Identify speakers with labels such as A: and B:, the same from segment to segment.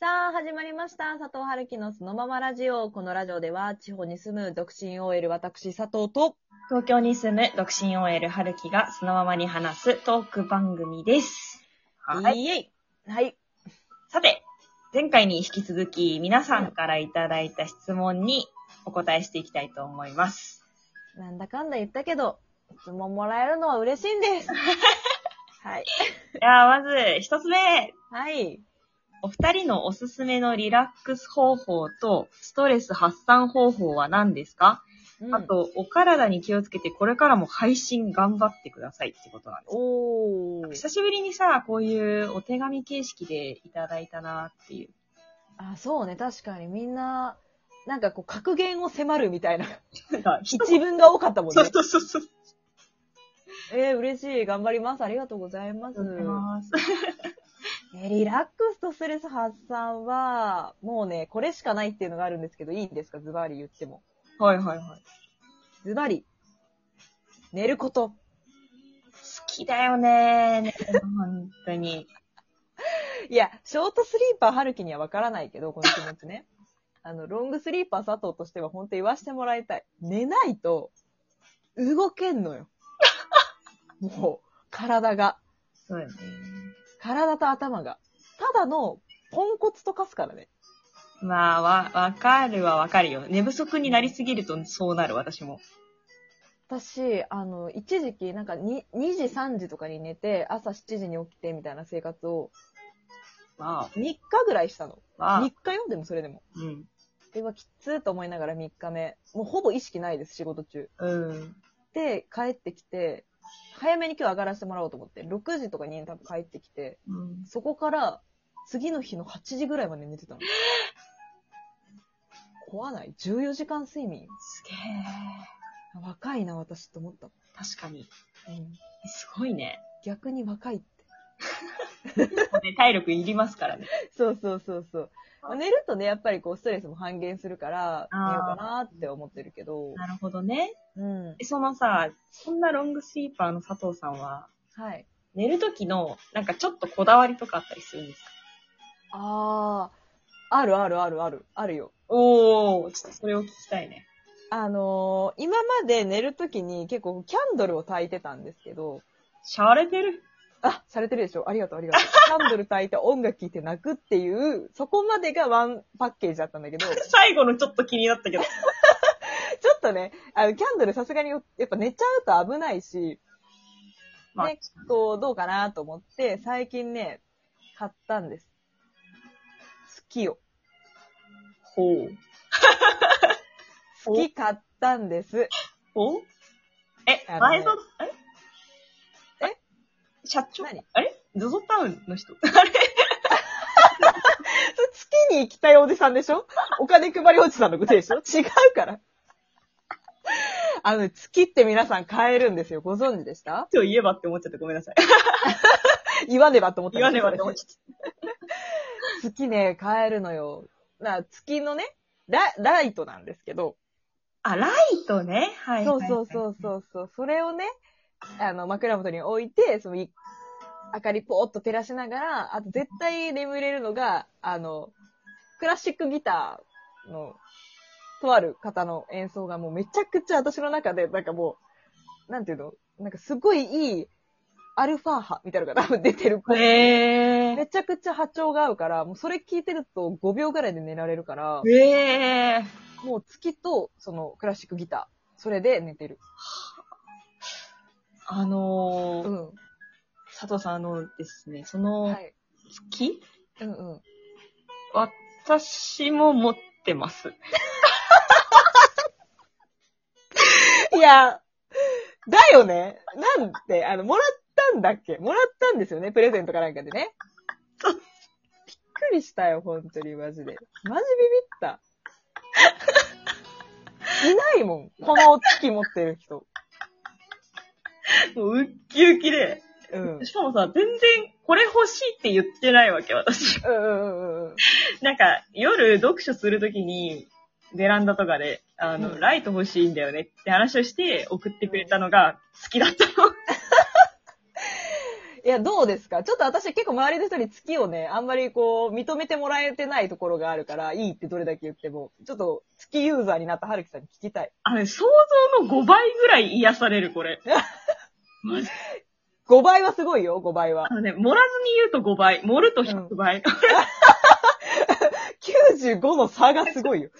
A: さあ、始まりました。佐藤春樹のそのままラジオ。このラジオでは、地方に住む独身 OL 私佐藤と、
B: 東京に住む独身 OL 春樹がそのままに話すトーク番組です。はい。
A: イエイはい。
B: さて、前回に引き続き皆さんからいただいた質問にお答えしていきたいと思い ます。
A: なんだかんだ言ったけど、質問もらえるのは嬉しいん です。はい。
B: いやーまず一つ目。
A: はい。
B: お二人のおすすめのリラックス方法とストレス発散方法は何ですか、
A: うん
B: あ、と、お体に気をつけてこれからも配信頑張ってくださいってことなんです。
A: おー。
B: 久しぶりにさ、こういうお手紙形式でいただいたなっていう。
A: あ、そうね。確かにみんな、なんかこう、格言を迫るみたい な、
B: なん か、一
A: 一文が多かったもん
B: そう
A: ね。
B: そうそうそう。
A: えー、嬉しい。頑張ります。ありがとうございます。
B: ます。
A: えーリラックスとストレス発散は、もうね、これしかないっていうのがあるんですけど、いいんですかズバリ言っても。
B: はいはいはい。
A: ズバリ。寝ること。
B: 好きだよねね本当に。
A: いや、ショートスリーパー春樹にはわからないけど、この気持ちね。 あの、ロングスリーパー佐藤としては本当言わせてもらいたい。寝ないと、動けんのよ。 もう、体が。
B: そうよね。
A: 体と頭が。ただの、ポンコツとかすからね。
B: まあ、わ、わかるはわかるよ。寝不足になりすぎるとそうなる、私も。
A: 私、あの、一時期、なんかに2時、3時とかに寝て、朝7時に起きてみたいな生活を
B: ま
A: 3日ぐらいしたの。
B: あ、ま
A: 3
B: あ
A: 日、よ、でもそれでも。
B: うん。
A: で、うわ、きつーと思いながら3日目。もうほぼ意識ないです、仕事中。
B: うん。
A: で、帰ってきて、早めに今日上がらせてもらおうと思って、6時とかに多分帰ってきて、
B: うん。
A: そこから、次の日の8時ぐらいまで寝てたの。怖ない ?14 時間睡眠
B: すげえ。
A: 若いな、私って思った。
B: 確かに。
A: うん、
B: すごいね。
A: 逆に若いって。
B: これ体力いりますからね。
A: そうそうそうそう。まあ寝るとね、やっぱりこう、ストレスも半減するから、
B: あー
A: 寝ようかなって思ってるけど。
B: なるほどね。
A: うん。
B: そのさ、そんなロングスリーパーの佐藤さんは、
A: はい。
B: 寝る時の、なんかちょっとこだわりとかあったりするんですか
A: ああ、あるあるあるある、あるよ。
B: おー、ちょっとそれを聞きたいね。
A: あのー今まで寝るときに結構キャンドルを焚いてたんですけど、
B: しゃれてる。
A: あ、されてるでしょありがとうありがとう。キャンドル焚いて音楽聴いて泣くっていう、そこまでがワンパッケージだったんだけど、ちょっ
B: 最後のちょっと気になったけど。
A: とね、あの、キャンドルさすがにやっぱ寝ちゃうと危ないし、
B: まあ
A: で、こう、どうかなと思って、最近ね、買ったんです。月を。
B: ほう。
A: 月買ったんです。
B: ほうえ、
A: あの
B: 前の、え
A: え
B: 社長
A: 何
B: あれゾゾタウンの人
A: 月に行きたいおじさんでしょお金配りおじさんのことで しょ違うから。あの、月って皆さん買えるんですよ。ご存知でした
B: と言えばって思っちゃってごめんなさい。
A: 言わねばと思った
B: 言わねばって思っちゃっ
A: 月ね、買えるのよ。な月のね、ラライトなんですけど、
B: た。あ、ライトね。はい。
A: そうそうそう
B: う。
A: そうそう、それをね、あの、枕元に置いて、そのい、明かりポーっと照らしながら、あと絶対眠れるのが、あの、クラシックギターの、とある方の演奏がもうめちゃくちゃ私の中で、なんかもう、なんていうのなんかすごいいい、アルファ波みたいなのが多分出てるっぽい
B: へ
A: め
B: え
A: ちゃくちゃ波長が合うから、もうそれ聞いてると5秒ぐらいで寝られるから
B: ー。、へえー。
A: もう月とそのクラシックギター、それで寝てる。
B: あ
A: う
B: のー、
A: ん。
B: 佐藤さん、あのですね、その
A: はい。
B: 月、
A: うんうん。
B: 私も持ってます。
A: いや、だよね。なんて、あの、もらったんだっけもらったんですよね。プレゼントかなんかでね。び
B: そ
A: っくりしたよ、本当に、マジで。マジビビった。いないもん。この月持ってる人。
B: もう、ウッキウキで。
A: うん。うん
B: しかもさ、全然、これ欲しいって言ってないわけ、私。
A: うんうんうん。
B: なんか、夜読書するときに、ベランダとかで、あの、
A: うん
B: ライト欲しいんだよねって話をして送ってくれたのが好きだったの。
A: いや、どうですかちょっと私結構周りの人に月をね、あんまりこう、認めてもらえてないところがあるから、いいってどれだけ言っても、ちょっと月ユーザーになったはるきさんに聞きたい。
B: あれ、想像の5倍ぐらい癒される、こ れ。マジ
A: 5倍はすごいよ、5倍は
B: あ。のね、盛らずに言うと5倍、盛ると100倍。
A: 95の差がすごいよ。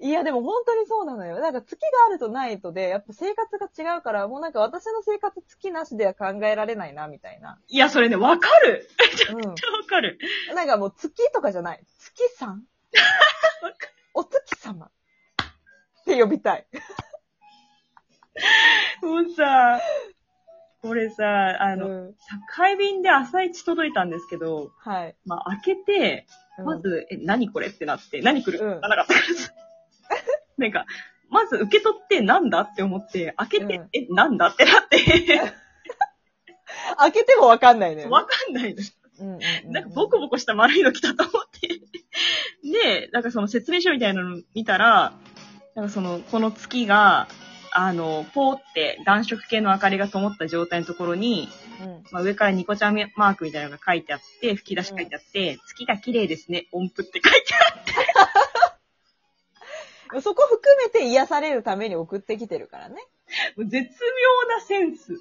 A: いや、でも本当にそうなのよ。なんか月があるとないとで、やっぱ生活が違うから、もうなんか私の生活月なしでは考えられないな、みたいな。
B: いや、それね、わかる
A: う
B: わかる。
A: ん。なんかもう月とかじゃない。月さん
B: わか
A: お月様って呼びたい。
B: もうさ、これさ、あの、
A: うん、
B: 宅配便で朝一届いたんですけど、
A: はい。
B: まあ、開けて、
A: うん
B: まず、え、何これってなって、何来るって
A: うん
B: ならなかったからさ なんか、まず受け取ってなんだって思って、開けて、
A: うん
B: え、なんだって なって、
A: 開けてもわかんないね。
B: わかんないの。
A: うんうんうん
B: なんか、ボコボコした丸いの来たと思って。で、なんかその説明書みたいなの見たら、なんかその、この月が、あの、ポーって暖色系の明かりが灯った状態のところに、
A: うん
B: まあ、上からニコちゃんマークみたいなのが書いてあって、吹き出し書いてあって、月が綺麗ですね、音符って書いてあ
A: そこ含めて癒されるために送ってきてるからね。
B: る。もう絶妙なセンス。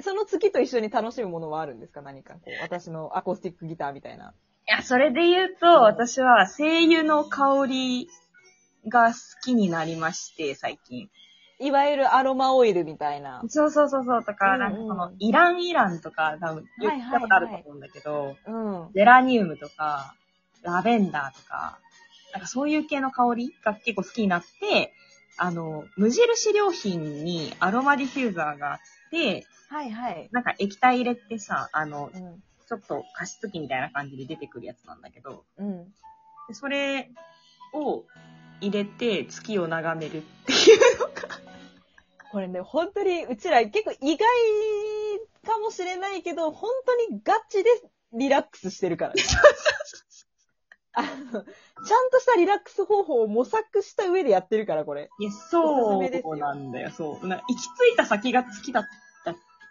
A: その月と一緒に楽しむものはあるんですか何かこう、私のアコースティックギターみたいな。
B: いや、それで言うと、私は声優の香りが好きになりまして、最近。
A: いわゆるアロマオイルみたいな。
B: そうそうそうそう、とか、なんかそ
A: うん
B: の
A: うん、
B: イランイランとか、多分、言ったことあると思うんだけど、
A: うん。
B: ゼラニウムとか、ラベンダーとか、なんかそういう系の香りが結構好きになって、あの、無印良品にアロマディフューザーがあって、
A: はいはい。
B: なんか液体入れってさ、あの
A: う、ん。
B: ちょっと加湿器みたいな感じで出てくるやつなんだけど、
A: うん。
B: でそれを入れて月を眺める。
A: これね、本当に、うちら結構意外かもしれないけど、本当にガチでリラックスして るからね。あの、ちゃんとしたリラックス方法を模索した上でやってるから、これ。
B: いや、
A: おすす
B: そ
A: めですよ
B: うなんだよ、そう。なんか行き着いた先が月だっ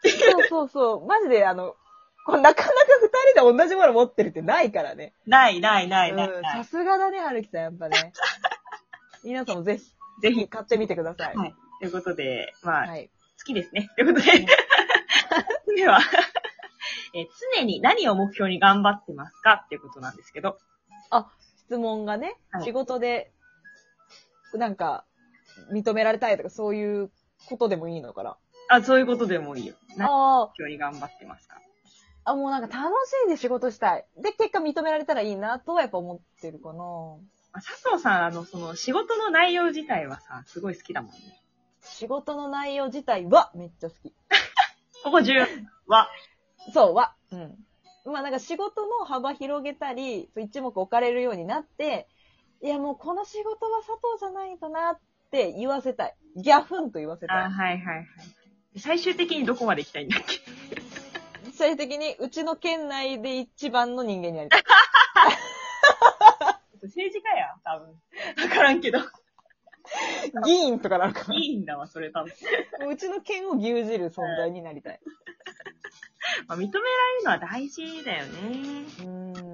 A: そうそうそう。マジで、あの、これなかなか二人で同じもの持ってるってないからね。
B: ない、ない、な
A: う
B: い、
A: ん
B: ない、な
A: さ
B: い。
A: すがだね、はるきさん、やっぱ ね。皆さんもぜひ、
B: ぜひ。
A: 買ってみてください。
B: はいということで、まあ、
A: はい。
B: 好きですね。ということで、 次は、 えー常に何を目標に頑張ってますかっていうことなんですけど、
A: 質問がね、
B: はい
A: 仕事で、なんか、認められたいとか、そういうことでもいいのかな。
B: あ、そういうことでもいいよ。何を
A: あ
B: 目標に頑張ってますか
A: あ、あ、もうなんか楽しいで仕事したい。で、結果認められたらいいな、とはやっぱ思ってるかな。
B: まあ佐藤さん、あの、その、仕事の内容自体はさ、すごい好きだもんね。
A: 仕事の内容自体は、めっちゃ好き。
B: ここ 重要は、
A: そうは。うん。まあなんか仕事の幅広げたり、そう一目置かれるようになって、いやもうこの仕事は佐藤じゃないとなって言わせたい。ギャフンと言わせた
B: あ、
A: い。
B: はいはいはい。最終的にどこまで行きたいんだっけ
A: 最終的にうちの県内で一番の人間になりたい。
B: 政治家や、多分。わ からんけど。
A: 議員とかなるかな。
B: いいんだわ、それ多分。
A: うちの県を牛耳る存在になりたい。
B: まあ、認められるのは大事だよね。
A: うー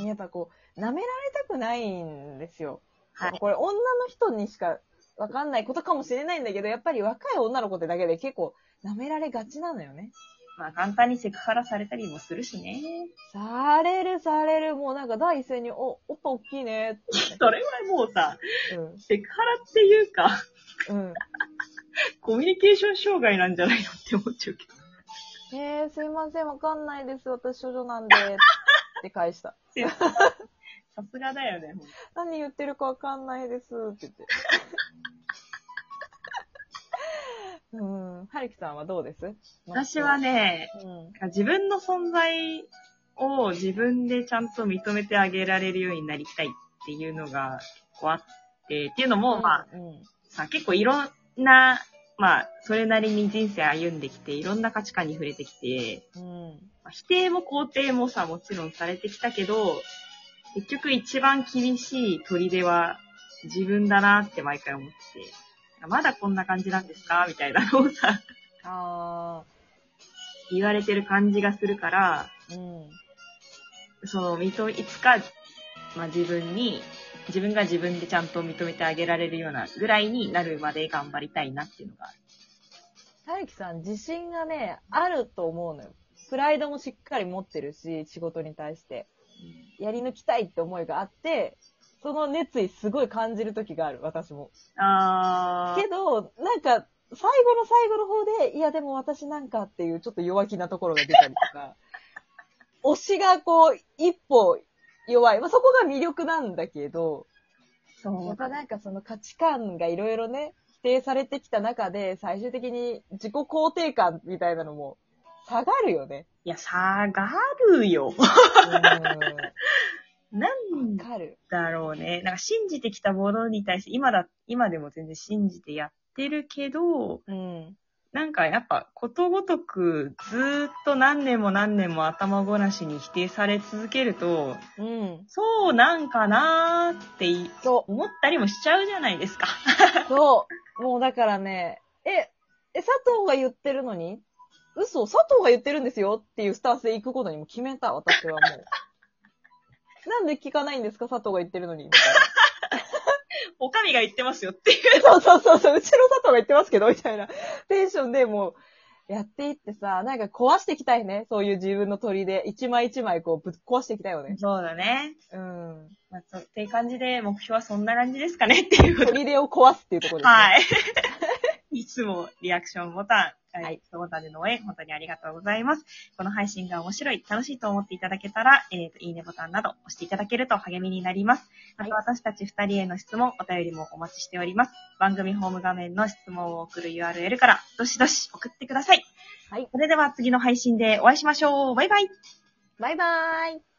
A: ん。やっぱこう、舐められたくないんですよ。
B: はい
A: これ女の人にしかわかんないことかもしれないんだけど、やっぱり若い女の子ってだけで結構舐められがちなのよね。
B: まあ、簡単にセクハラされたりもするしね。
A: されるされる、もうなんか第一声に、お、おっぱ大きいねって
B: それはもうさ、
A: 言っ
B: セクハラっていうか、
A: て。うん。うん。
B: コミュニケーション障害なんじゃないのって思っちゃうけど。
A: えー、すいません、わかんないです。私、処女なんで。って返した。
B: さすがだよね、ほんと
A: 何言ってるかわかんないです。って言っ て。うん。はるきさんはどうです
B: 私は。ね、
A: うん。
B: 自分の存在を自分でちゃんと認めてあげられるようになりたいっていうのが結構あって、っていうのも、まあ、
A: うん。
B: さ、結構いろんな、まあ、それなりに人生歩んできて、いろんな価値観に触れてきて、
A: うん。
B: まあ否定も肯定もさ、もちろんされてきたけど、結局一番厳しい砦は自分だなって毎回思ってて、まだこんな感じなんですかみたいなのをさ、
A: あ
B: 言われてる感じがするから、
A: うん。
B: その、認め、いつか、まあ、自分に、自分が自分でちゃんと認めてあげられるようなぐらいになるまで頑張りたいなっていうのがある。
A: 大樹さん、自信がね、あると思うのよ。プライドもしっかり持ってるし、仕事に対して。やり抜きたいって思いがあって、その熱意すごい感じる時がある、私も。
B: あー
A: け、ど、なんか、最後の最後の方で、いやでも私なんかっていうちょっと弱気なところが出たりと か、推しがこう、一歩弱い。まあ、そこが魅力なんだけど、
B: そ
A: ま
B: う
A: た
B: だね。
A: なんかその価値観がいろいろね、否定されてきた中で、最終的に自己肯定感みたいなのも下がるよ ね。
B: いや、下がるよ。
A: う
B: なん
A: ん。わかる。
B: だろうね。なんか信じてきたものに対して、今だ、今でも全然信じてやってるけど、
A: うん。
B: なんかやっぱことごとくずーっと何年も何年も頭ごなしに否定され続けると、
A: うん。
B: そうなんかなーってい
A: そう。
B: 思ったりもしちゃうじゃないですか。
A: そう。もうだからね、え、え、佐藤が言ってるのに嘘佐藤が言ってるんですよっていうスタンスで行くことにも決めた、私はもう。 なんで聞かないんですか佐藤が言ってるのに。みたい
B: おかみが言ってますよってい
A: な
B: う。
A: そうそうそうそう、うちの佐藤が言ってますけど、みたいなテンションでもう、やっていってさ、なんか壊していきたいね。そういう自分の鳥で、一枚一枚こうぶっ壊していきたいよね。
B: そうだね。
A: うん。
B: まあ、そうっていう感じで、目標はそんな感じですかねっていうこと。
A: 鳥を壊すっていうところですね。い。
B: はい。いつもリアクションボタン、
A: は
B: はいい、ボタンでの応援、本当にありがとうございます。この配信が面白い、楽しいと思っていただけたら、えーと、いいねボタンなど押していただけると励みになります。また私たち二人への質問、お便りもお待ちしております。番組ホーム画面の質問を送る URL から、どしどし送ってください。
A: はい。
B: それでは次の配信でお会いしましょう。バイバイ。
A: バイバーイ。